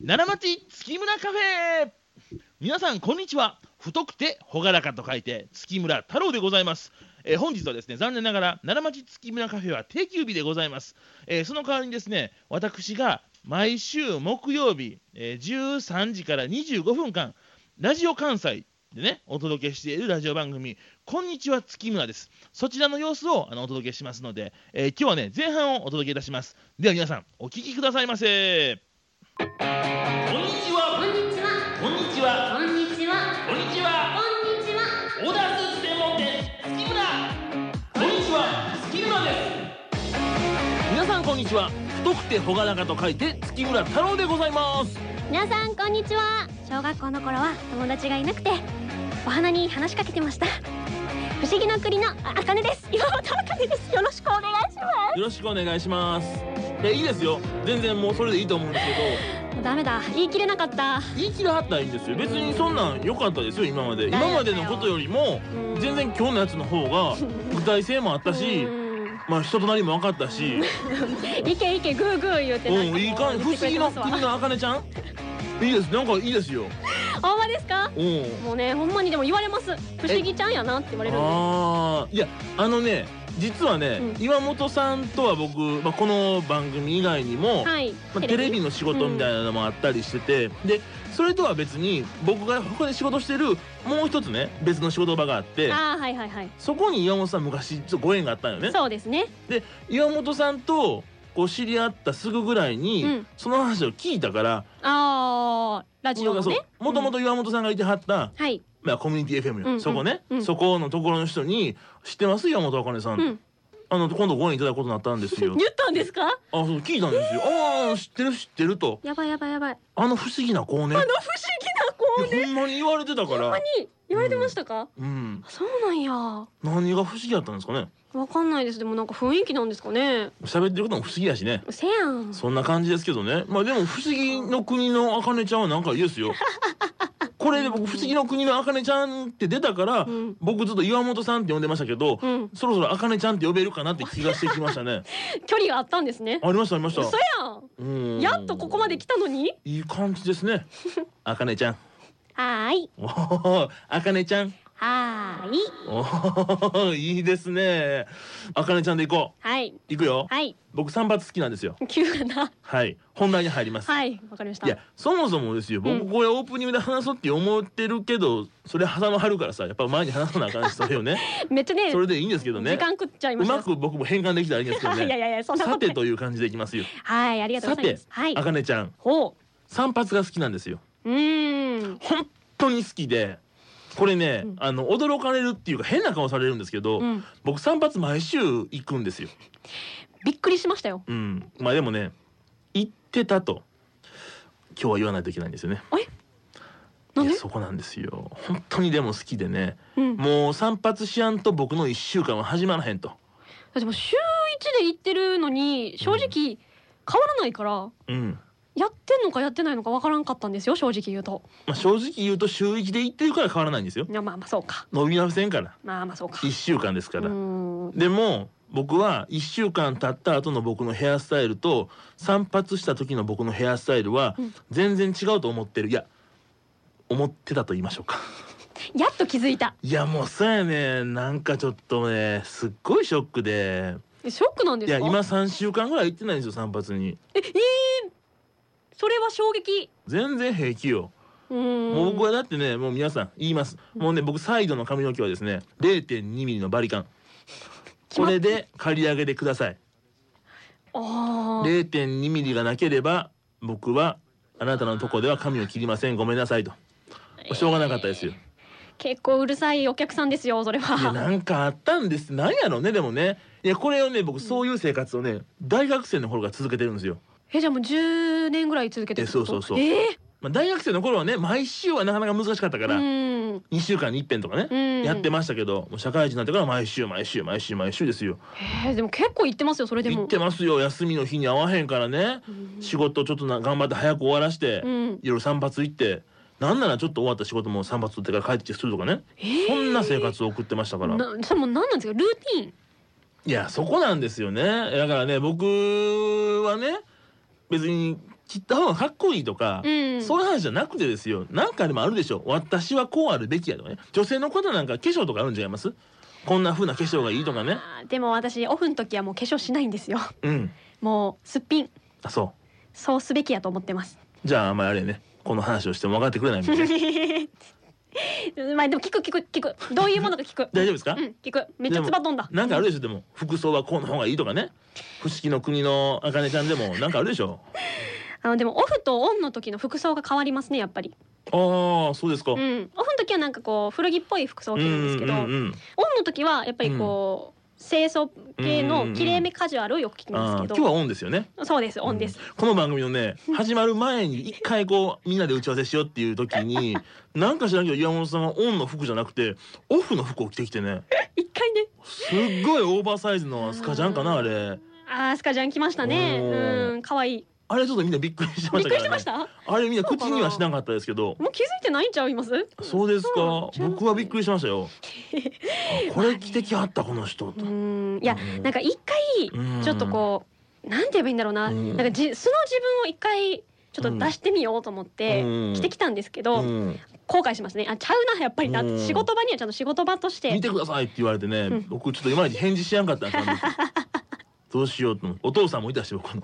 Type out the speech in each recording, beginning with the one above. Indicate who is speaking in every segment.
Speaker 1: 奈良町月村カフェ皆さんこんにちは太くて朗らかと書いて月村太郎でございます、えー本日はですね残念ながら奈良町月村カフェは定休日でございます、えーその代わりにですね私が毎週木曜日、えー13時から25分間ラジオ関西でねお届けしているラジオ番組「こんにちは月村」ですそちらの様子をあのお届けしますので、えー今日はね前半をお届けいたしますでは皆さんお聞きくださいませこんにちは
Speaker 2: こんにちは。
Speaker 1: こんにちは
Speaker 2: こんにちは。
Speaker 1: こんにち
Speaker 2: こ
Speaker 1: は。
Speaker 2: んにちは。
Speaker 1: オーダースーツ専門店、月村。こんにちは、月村です。皆さん、こんにちは。太くて朗らかと書いて、月村太郎でございます。
Speaker 2: 皆さんこんにちは。小学校の頃は友達がいなくてお花に話しかけてました。不思議の国のあかねです。岩本あかねです。よろしくお願いしま
Speaker 1: よろしくお願いします。え、いいですよ。全然もうそれでいいと思うんですけ
Speaker 2: す。もうダメだ。言い切れなかった。
Speaker 1: ど、言い切らはったらいいんですよ。別にそんなん良かったですよ。今まで、
Speaker 2: だよ
Speaker 1: 今までのことよりも、
Speaker 2: うん
Speaker 1: 全然今日のやつの方が具体性もあったし
Speaker 2: う。ん
Speaker 1: まあ人となりも分かったし、
Speaker 2: いけいけグーグー言うて
Speaker 1: う、
Speaker 2: なんかもうん
Speaker 1: いい感じ。不
Speaker 2: 言っ
Speaker 1: 思
Speaker 2: てくれ
Speaker 1: 議
Speaker 2: て
Speaker 1: の
Speaker 2: ますわ
Speaker 1: 国のあかね ちゃん。いいです。なんかいいですよ。
Speaker 2: ほんまですか？
Speaker 1: うん。
Speaker 2: もうねほんまにでも言われます。不思議ちゃんやなって言われるんで。
Speaker 1: ああいやあのね実はね、
Speaker 2: うん
Speaker 1: 岩本さんとは僕、まあ、この番組以外にも、
Speaker 2: はい。
Speaker 1: まあ、テレビの仕事みたいなのもあったりしてて、でそれとは別に僕が他で仕事してるもう一つね別の仕事場があって
Speaker 2: ああはいはいはい。
Speaker 1: そこに岩本さん昔ちょっとご縁があったんよね。
Speaker 2: そうですね。
Speaker 1: で岩本さんとこう知り合ったすぐぐらいに、
Speaker 2: うん
Speaker 1: その話を聞いたから
Speaker 2: ああラジオ
Speaker 1: 僕
Speaker 2: の
Speaker 1: がそう
Speaker 2: ね。
Speaker 1: もともと岩本さんがいてはった、
Speaker 2: はい。
Speaker 1: まあ、コミュニティ FM よ、
Speaker 2: うん
Speaker 1: そこね、
Speaker 2: うん
Speaker 1: そこのところの人に「知ってます岩本茜さん」
Speaker 2: うん。
Speaker 1: あの今度ご縁いただくことになったんですよ。
Speaker 2: 言ったんですか？
Speaker 1: あ、そう聞いたんですよ。ああ知ってる知ってると。
Speaker 2: やばいやばいやばい。
Speaker 1: あの不思議な子ね。
Speaker 2: あの不思議な子
Speaker 1: い
Speaker 2: ね。
Speaker 1: やほんまに言われてたか
Speaker 2: ほんま
Speaker 1: ら。
Speaker 2: に言われてましたか？
Speaker 1: うん。
Speaker 2: そうなんや。わ
Speaker 1: 何が不思議だったんですかね。
Speaker 2: かんないです。でもなんか雰囲気なんですかね。
Speaker 1: 喋ってることも不思議やしね。
Speaker 2: せやん。
Speaker 1: そんな感じですけどね。まあでも不思議の国のあかねちゃんはなんかいいです よ。これで僕不思議の国のあかねちゃんって出たから
Speaker 2: うん、
Speaker 1: 僕ずっと岩本さんって呼んでましたけど、
Speaker 2: うん。
Speaker 1: そろそろあかねちゃんって呼べるかなって気がしてきましたね。
Speaker 2: 距離があったんですね。
Speaker 1: ありましたありまし
Speaker 2: 嘘
Speaker 1: た。
Speaker 2: やん。
Speaker 1: うん
Speaker 2: やっとここまで来たのに。
Speaker 1: いい感じです ね。あかねちゃん。
Speaker 2: はーい。
Speaker 1: おお、あかねちゃん。
Speaker 2: はーい。
Speaker 1: おお、いいですね。あかねちゃんで行こ
Speaker 2: はい。
Speaker 1: う。行くよ。
Speaker 2: はい。
Speaker 1: 僕散髪好きなんですよ。
Speaker 2: 急がな。
Speaker 1: はい、本題に入ります。
Speaker 2: はい。わかりました。
Speaker 1: いや、そもそもですよ。
Speaker 2: う
Speaker 1: 僕
Speaker 2: ん
Speaker 1: これオープニングで話そうって思ってるけど、それ挟まはるからさ、やっぱ前に話さなあかんし、それを ね。
Speaker 2: めっちゃね
Speaker 1: そ。れでいいんですけど
Speaker 2: 時
Speaker 1: ね。
Speaker 2: 間食っちゃいうました
Speaker 1: ま
Speaker 2: よ。
Speaker 1: く僕も変換できたらいいんですけど
Speaker 2: いやい
Speaker 1: ね。
Speaker 2: やいや、そんなこ
Speaker 1: さ
Speaker 2: と
Speaker 1: て
Speaker 2: ない。
Speaker 1: という感じでいきますよ。
Speaker 2: はい、ありがとう
Speaker 1: さ
Speaker 2: ござい
Speaker 1: て
Speaker 2: ます。はい、。
Speaker 1: あかねちゃん、
Speaker 2: ほ
Speaker 1: 散髪が好きなんですよ。
Speaker 2: う。うーん。
Speaker 1: 本当に好きでこれね、
Speaker 2: うん
Speaker 1: あの驚かれるっていうか変な顔されるんですけど、
Speaker 2: うん。
Speaker 1: 僕散髪毎週行くんですよ。
Speaker 2: びっくりしましたよ。
Speaker 1: うん、まあでもね行ってたと今日は言わないといけないんですよね。
Speaker 2: なん
Speaker 1: い
Speaker 2: で
Speaker 1: や？そこなんですよ本当にでも好きでね
Speaker 2: うん。
Speaker 1: もう散髪しやんと僕の1週間は始まらへんと、
Speaker 2: でも週一で行ってるのに正直変わらないから
Speaker 1: うん
Speaker 2: やってんのかやってないのかわからんかったんですよ正直言うと
Speaker 1: まあ、正直言うと週1で行ってるから変わらないんですよ
Speaker 2: いやまあまあそうか
Speaker 1: 伸びませんから
Speaker 2: まあまあそうか
Speaker 1: 1週間ですか
Speaker 2: う
Speaker 1: ら。
Speaker 2: ーん
Speaker 1: でも僕は1週間経った後の僕のヘアスタイルと散髪した時の僕のヘアスタイルは
Speaker 2: うん
Speaker 1: 全然違うと思ってるいや思ってたと言いましょうか
Speaker 2: やっと気づいた
Speaker 1: いやもうそうやねなんかちょっとねすっごいショックで
Speaker 2: えショックなんで
Speaker 1: い
Speaker 2: す
Speaker 1: や
Speaker 2: か
Speaker 1: 今3週間ぐらい行ってないんですよ散髪に
Speaker 2: ええーそれは衝撃
Speaker 1: 全然平気よ
Speaker 2: うーん
Speaker 1: もう僕はだってねもう皆さん言いますもうね僕サイドの髪の毛はですね0 2ミリのバリカン
Speaker 2: 決
Speaker 1: こ
Speaker 2: まっ
Speaker 1: れで刈り上げてください
Speaker 2: あー
Speaker 1: 0.2ミリがなければ僕はあなたのとこでは髪を切りませんごめんなさいとしょうがなかったですよ
Speaker 2: 結構うるさいお客さんですよそれ
Speaker 1: いや
Speaker 2: は
Speaker 1: なんかあったんですなんやろうねでもねいやこれをね僕そういう生活をね大学生の頃から続けてるんですよ、
Speaker 2: えじゃあもう10年ぐらい続けてるってこと
Speaker 1: えそうそうそう
Speaker 2: えー
Speaker 1: まあ、大学生の頃はね毎週はなかなか難しかったか
Speaker 2: う
Speaker 1: ら
Speaker 2: ーん
Speaker 1: 2週間に一遍とか
Speaker 2: う
Speaker 1: ね
Speaker 2: ーん
Speaker 1: やってましたけどもう社会人になってから毎週毎週毎週毎週ですよ
Speaker 2: えーでも結構行ってますよそれでも
Speaker 1: 行ってますよ休みの日に会わへんからね
Speaker 2: うん
Speaker 1: 仕事ちょっとな頑張って早く終わらして
Speaker 2: うん
Speaker 1: 夜散髪行ってなんならちょっと終わった仕事も散髪取ってから帰ってきてするとかね
Speaker 2: えー
Speaker 1: そんな生活を送ってましたから。
Speaker 2: なそれもう何なんですかルーティン
Speaker 1: いや、そこなんですよね。だからね、僕はね、別に切った方がかっこいいとか、
Speaker 2: うん
Speaker 1: そういう話じゃなくてですよなんかでもあるでしょ私はこうあるべきやとかね女性の方なんか化粧とかあるんちゃいますこんな風な化粧がいいとかね
Speaker 2: あーでも私オフの時はもう化粧しないんですよ
Speaker 1: うん
Speaker 2: もうすっぴん
Speaker 1: あそ
Speaker 2: そうすべきやと思ってます
Speaker 1: うじゃああんまりあれやねこの話をしても分かってくれないみ たいな
Speaker 2: まあでも聞く聞く聞くどういうものか聞く
Speaker 1: 大丈夫ですか、
Speaker 2: うん聞くめっちゃつば飛んだ
Speaker 1: なんかあるでしょでも服装はこうの方がいいとかね不思議の国のあかねちゃんでもなんかあるでしょ
Speaker 2: あのでもオフとオンの時の服装が変わりますねやっぱり、
Speaker 1: ああそうですか、
Speaker 2: うん、オフの時はなんかこう古着っぽい服装を
Speaker 1: う
Speaker 2: 着
Speaker 1: ん
Speaker 2: るん
Speaker 1: う
Speaker 2: ですけ
Speaker 1: ん
Speaker 2: ど、
Speaker 1: うん
Speaker 2: オンの時はやっぱりこう、清楚系
Speaker 1: うんうんう
Speaker 2: の
Speaker 1: ん
Speaker 2: きれいめカジュアルをよく聞きます
Speaker 1: あー
Speaker 2: けど、
Speaker 1: 今日はオンですよね
Speaker 2: そうですオンです、
Speaker 1: うんこの番組のね始まる前に一回こうみんなで打ち合わせしようっていう時 になんか知らんけど岩本さんはオンの服じゃなくてオフの服を着てきてね
Speaker 2: 一回ね
Speaker 1: すっごいオーバーサイズのスカジャンかなあれ
Speaker 2: あースカジャン来ましたね
Speaker 1: おー
Speaker 2: うん可愛い
Speaker 1: あれちょっとみんなびっくりしてま
Speaker 2: び
Speaker 1: し
Speaker 2: ったく
Speaker 1: か
Speaker 2: りして
Speaker 1: ら
Speaker 2: ま
Speaker 1: ね
Speaker 2: したも
Speaker 1: あれみんな口にはしなかったですけど
Speaker 2: う気づいてないんちゃいます
Speaker 1: そうですか
Speaker 2: そう
Speaker 1: 僕はびっくりしました よあこれ着てきはったこの人と
Speaker 2: うんいや
Speaker 1: うん
Speaker 2: なんか一
Speaker 1: うん
Speaker 2: 回ちょっとこうなんて言えばいいんだろうな,、
Speaker 1: うん
Speaker 2: なんかじ素の自分を一回ちょっと出してみようと思って
Speaker 1: うん
Speaker 2: 着てきたんですけど、
Speaker 1: うん
Speaker 2: 後悔しますねあちゃうなやっぱりな、
Speaker 1: うん
Speaker 2: 仕事場にはちゃんと仕事場として
Speaker 1: 見てくださいって言われてね、
Speaker 2: うん
Speaker 1: 僕ちょっといまいち返事しやんかったん ですよどうしようと思ってお父さんもいたし僕の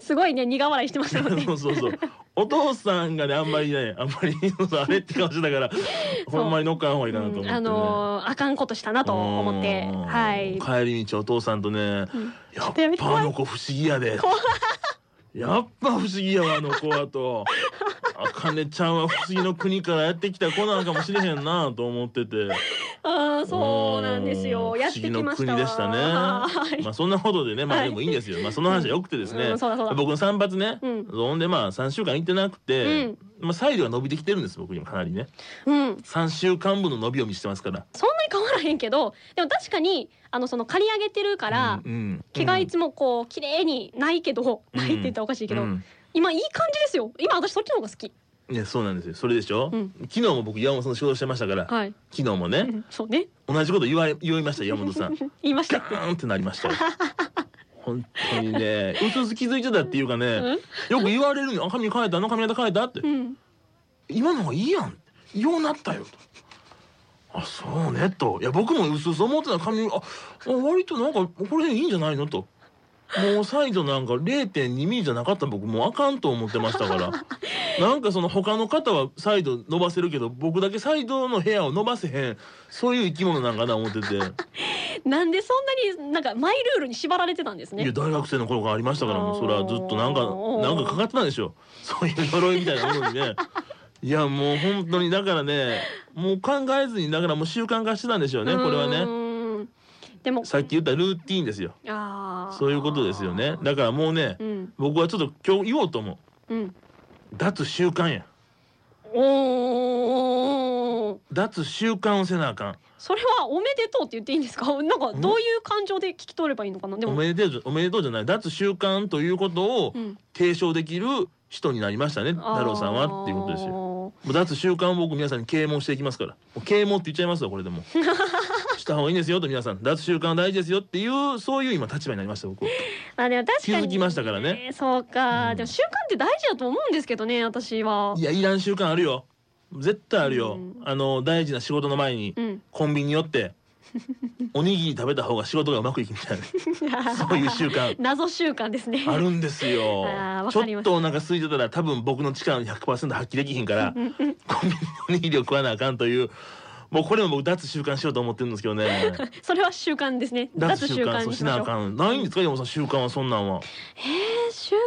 Speaker 2: すごいね苦笑いしてましたもんね
Speaker 1: そうそうそうお父さんがねあんまりねあんまり そうあれって顔してたからほんまに乗っかんほうがいいかなと思って、ね
Speaker 2: うんあのーあかんことしたなと思って
Speaker 1: うん
Speaker 2: はい、
Speaker 1: 帰り道お父さんとね
Speaker 2: うん
Speaker 1: 「やっ
Speaker 2: とやめて
Speaker 1: ぱ
Speaker 2: 怖い
Speaker 1: あの子不思議やで
Speaker 2: 怖い」
Speaker 1: やっぱ不思議やわあの子は と「あかねちゃんは不思議の国からやってきた子なのかもしれへんな」と思ってて。
Speaker 2: あーそうなんですよやってきました
Speaker 1: 不思議の国
Speaker 2: わ
Speaker 1: でしたね。
Speaker 2: はい
Speaker 1: まあそんなことでね、まあ
Speaker 2: はい
Speaker 1: でもいいんですよ。まあその話は良くてですね。
Speaker 2: うんそうだそうだ
Speaker 1: 僕の散髪ね、
Speaker 2: うん
Speaker 1: ほんでまあ三週間行ってなくて、
Speaker 2: うん
Speaker 1: まあサイドが伸びてきてるんです僕今かなりね。
Speaker 2: うん
Speaker 1: 三週間分の伸びを見せてますから。
Speaker 2: そんなに変わらへんけどでも確かにあのその刈り上げてるから、
Speaker 1: うんうん
Speaker 2: 毛がいつもこう綺麗にないけど、
Speaker 1: うん
Speaker 2: ないって言ったらおかしいけど、
Speaker 1: うん
Speaker 2: 今いい感じですよ今私そっちの方が好き
Speaker 1: いやそうなんですよ。それでしょ。
Speaker 2: うん
Speaker 1: 昨日も僕岩本さんの仕事してましたから、
Speaker 2: はい、
Speaker 1: 昨日も
Speaker 2: う
Speaker 1: ね
Speaker 2: んそうね
Speaker 1: 同じこと言われ言いました岩本さん。
Speaker 2: 言いました
Speaker 1: ガ
Speaker 2: っけ
Speaker 1: ーンってなりましたよ。本当にね、うつうつ気づいてたっていうかね、
Speaker 2: う
Speaker 1: よ
Speaker 2: ん
Speaker 1: く言われるの、あ髪変えた、あの髪型変えたって
Speaker 2: う。ん
Speaker 1: 今の方がいいやんようなったよとあそうねといや僕もうすうす思ってた髪ああ割となんかこれでいいんじゃないのともうサイドなんか0.2ミリじゃなかったら僕もうあかんと思ってましたからなんかその他の方はサイド伸ばせるけど僕だけサイドの部屋を伸ばせへんそういう生き物なんかな思ってて、
Speaker 2: なんでそんなになんかマイルールに縛られてたんです
Speaker 1: いや
Speaker 2: ね
Speaker 1: 大学生の頃からありましたからもうそれはずっとなんか
Speaker 2: おー
Speaker 1: なんかかかってたんでしょ そういう呪いみたいなものにねいやもう本当にだからねもう考えずにだからもう習慣化してたんでしょうねこれはね
Speaker 2: ねでも
Speaker 1: さっき言ったルーティーンですよ
Speaker 2: あー
Speaker 1: そういうことですよねだからもうね
Speaker 2: うん
Speaker 1: 僕はちょっと今日言おうと思う
Speaker 2: うん
Speaker 1: 脱習慣や
Speaker 2: おー
Speaker 1: 脱習慣をせなあかん
Speaker 2: それはおめでとうって言っていいんですかなんかどういう感情で聞き取ればいいのかなで
Speaker 1: お
Speaker 2: も
Speaker 1: めでとうおめでとうじゃない脱習慣ということを
Speaker 2: うん
Speaker 1: 提唱できる人になりましたね
Speaker 2: あー
Speaker 1: 太郎さんはっていうことですよもう脱習慣を僕皆さんに啓蒙していきますからもう啓蒙って言っちゃいますわこれでも した方がいいんですよと皆さん脱習慣は大事ですよっていうそういう今立場になりました僕
Speaker 2: あでも確かに
Speaker 1: 気づきましたからね
Speaker 2: えーそうか、
Speaker 1: うん
Speaker 2: でも習慣って大事だと思うんですけどね私はい
Speaker 1: やいらん習慣あるよ絶対あるよ、
Speaker 2: うん
Speaker 1: あの大事な仕事の前に
Speaker 2: うん
Speaker 1: コンビニ寄って おにぎり食べた方が仕事がうまくいくみたい な そういう習慣
Speaker 2: 謎習慣ですね
Speaker 1: あるんですよ
Speaker 2: あーわ
Speaker 1: ちょ
Speaker 2: かりま
Speaker 1: っ
Speaker 2: す
Speaker 1: とお腹空いてたら多分僕の力の100%発揮できひん からコンビニのおにぎりを食わなあかんというもうこれも僕脱習慣しようと思ってるんですけどね
Speaker 2: それは習慣ですね脱習慣
Speaker 1: そう
Speaker 2: にし
Speaker 1: しな
Speaker 2: ましょ
Speaker 1: あ
Speaker 2: う
Speaker 1: かんないんですか山本さん習慣はそんなんは
Speaker 2: えー習慣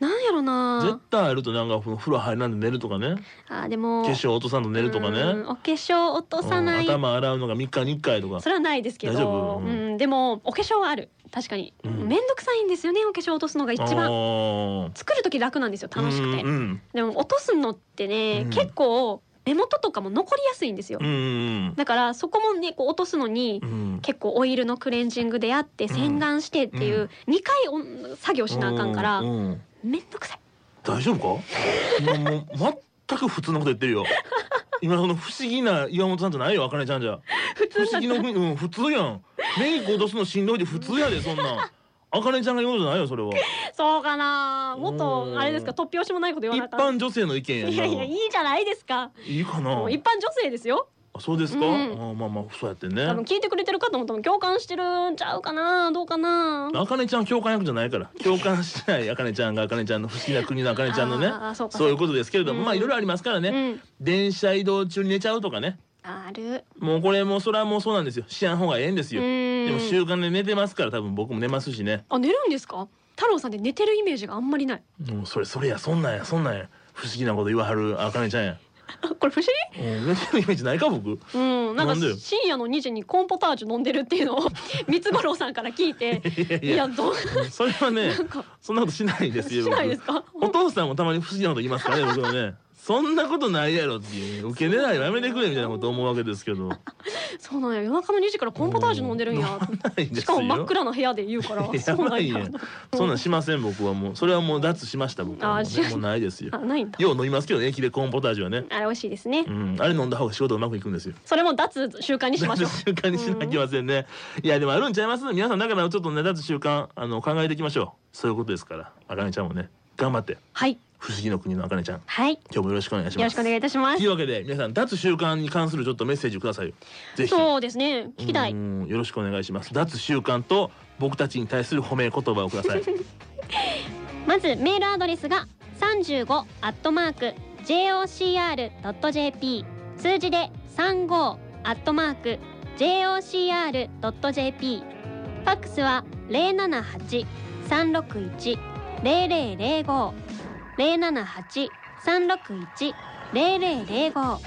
Speaker 2: なんやろ
Speaker 1: 絶
Speaker 2: な
Speaker 1: 対あるとなんかお風呂入らんで寝るとかね
Speaker 2: あでも
Speaker 1: 化粧落とさんと寝るとかね
Speaker 2: うんお化粧落とさない
Speaker 1: うん頭洗うのが3日に1回とか
Speaker 2: それはないですけ
Speaker 1: 大丈夫
Speaker 2: ど、
Speaker 1: う
Speaker 2: うんんでもお化粧はある確かに、
Speaker 1: うん
Speaker 2: めんどくさいんですよねお化粧落とすのが一番
Speaker 1: 番
Speaker 2: 作る時楽なんですよ楽しくて、
Speaker 1: うんうん
Speaker 2: でも落とすのってね、
Speaker 1: うん
Speaker 2: 結構目元とかも残りやすいんですよ、
Speaker 1: うんうん
Speaker 2: だからそこもねこう落とすのに、
Speaker 1: うん
Speaker 2: 結構オイルのクレンジングであって洗顔してっていうう2回お作業しなあかんから
Speaker 1: うんうん
Speaker 2: めんどくさい
Speaker 1: 大丈夫かもうもう全く普通のこと言ってるよ今その不思議な岩本さんじゃないよあかねちゃんじゃ
Speaker 2: 普
Speaker 1: 不
Speaker 2: 通
Speaker 1: 思議の国うん普通やんメイク落とすのしんどいで普通やでそんなんあかねちゃんが言うことじゃないよそれは
Speaker 2: そうかなもっ
Speaker 1: う
Speaker 2: と
Speaker 1: ん
Speaker 2: あれですか突拍子もないこと言わ
Speaker 1: 一
Speaker 2: なかった
Speaker 1: 般女性の意見やん
Speaker 2: い
Speaker 1: な
Speaker 2: やいやいいじゃないですか
Speaker 1: いいかな
Speaker 2: もう一般女性ですよ
Speaker 1: あそうですか、
Speaker 2: うん
Speaker 1: あまあまあそうやって
Speaker 2: 多分
Speaker 1: ね
Speaker 2: 聞いてくれてる方も多分共感してるんちゃうかなどうかな
Speaker 1: あかねちゃんは共感役じゃないから共感しない あかねちゃんがあかねちゃんの不思議な国のあかねちゃんのね
Speaker 2: あーあーそうか
Speaker 1: そういうことですけれども、
Speaker 2: うん
Speaker 1: まあいろいろありますからね、
Speaker 2: うん
Speaker 1: 電車移動中に寝ちゃうとかね
Speaker 2: ある
Speaker 1: もうこれもうそれはもうそうなんですよしやん方がええんですよ、で
Speaker 2: で
Speaker 1: も習慣で寝てますから多分僕も寝ますしね
Speaker 2: あ寝るんですか太郎さんって寝てるイメージがあんま りない
Speaker 1: もうそれそれやそんなんやそんなんや不思議なこと言わはるあかねちゃんや、
Speaker 2: これ不思
Speaker 1: うん、寝てるイメージないか僕
Speaker 2: 議うんな
Speaker 1: な
Speaker 2: んか
Speaker 1: んでよ
Speaker 2: 深夜の2時にコーンポタージュ飲んでるっていう のを三つ五郎さんから聞いて
Speaker 1: いやい
Speaker 2: いや
Speaker 1: や
Speaker 2: どう
Speaker 1: それはね
Speaker 2: なんか
Speaker 1: そんなことしないですよ
Speaker 2: しないですか
Speaker 1: 僕お父さんもたまに不思議なこと言いますからね僕はね そんなことないやろっていうね受け狙いはやめてくれみたいなこと思うわけですけど
Speaker 2: そうなんや夜中の2時からコーンポタージュ飲んでるんや
Speaker 1: ないんですよ
Speaker 2: しかも真っ暗な部屋で言うから
Speaker 1: や
Speaker 2: そうな
Speaker 1: ば
Speaker 2: ん
Speaker 1: い
Speaker 2: や
Speaker 1: やんそんなんしません僕はもうそれはもう脱しました僕はも
Speaker 2: あ
Speaker 1: う,、
Speaker 2: し
Speaker 1: ね、もうないですよ
Speaker 2: あないんだ
Speaker 1: よう飲みますけどね駅でコーンポタージュはね
Speaker 2: あれ美味しいですね
Speaker 1: うん、あれ飲んだ方が仕事うまくいくんですよ。
Speaker 2: それも脱習慣にし ましょ
Speaker 1: 脱
Speaker 2: う
Speaker 1: 習慣にしなきゃいけませんね。いやでもあるんちゃいます皆さんだからちょっとね脱習慣あの考えていきましょう。そういうことですから。あかねちゃんもね頑張って
Speaker 2: はい
Speaker 1: 不思議の国のあかねちゃん
Speaker 2: はいよ
Speaker 1: 今日もよろしくお願いします。
Speaker 2: ろしくお願いいたしま
Speaker 1: と
Speaker 2: す
Speaker 1: いうわけで皆さん脱習慣に関するちょっとメッセージくださいよ。ぜひ。
Speaker 2: そうですね聞きたい
Speaker 1: うんよろしくお願いします。脱習慣と僕たちに対する褒め言葉をくださ い。
Speaker 2: まずメールアドレスが35アットマーク jocr.jp 数字で35アットマーク jocr.jp ファックスは078-361-0005 078-361-0005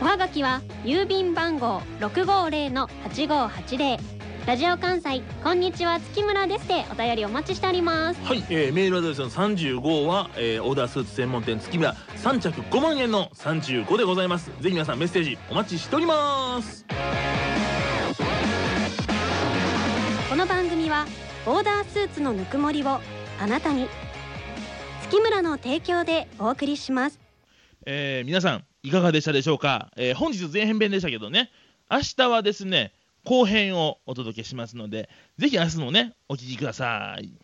Speaker 2: おはがきは郵便番号650-8580ラジオ関西こんにちは月村ですでお便りお待ちしております
Speaker 1: はい、えーメールアドレスの35は、えーオーダースーツ専門店月村3着5万円の35でございますぜひ皆さんメッセージお待ちしております
Speaker 2: この番組はオーダースーツのぬくもりをあなたに月村の提供でお送りします
Speaker 1: えー皆さんいかがでしたでしょうか、えー本日前編編でしたけどね明日はですね後編をお届けしますのでぜひ明日もねお聞きください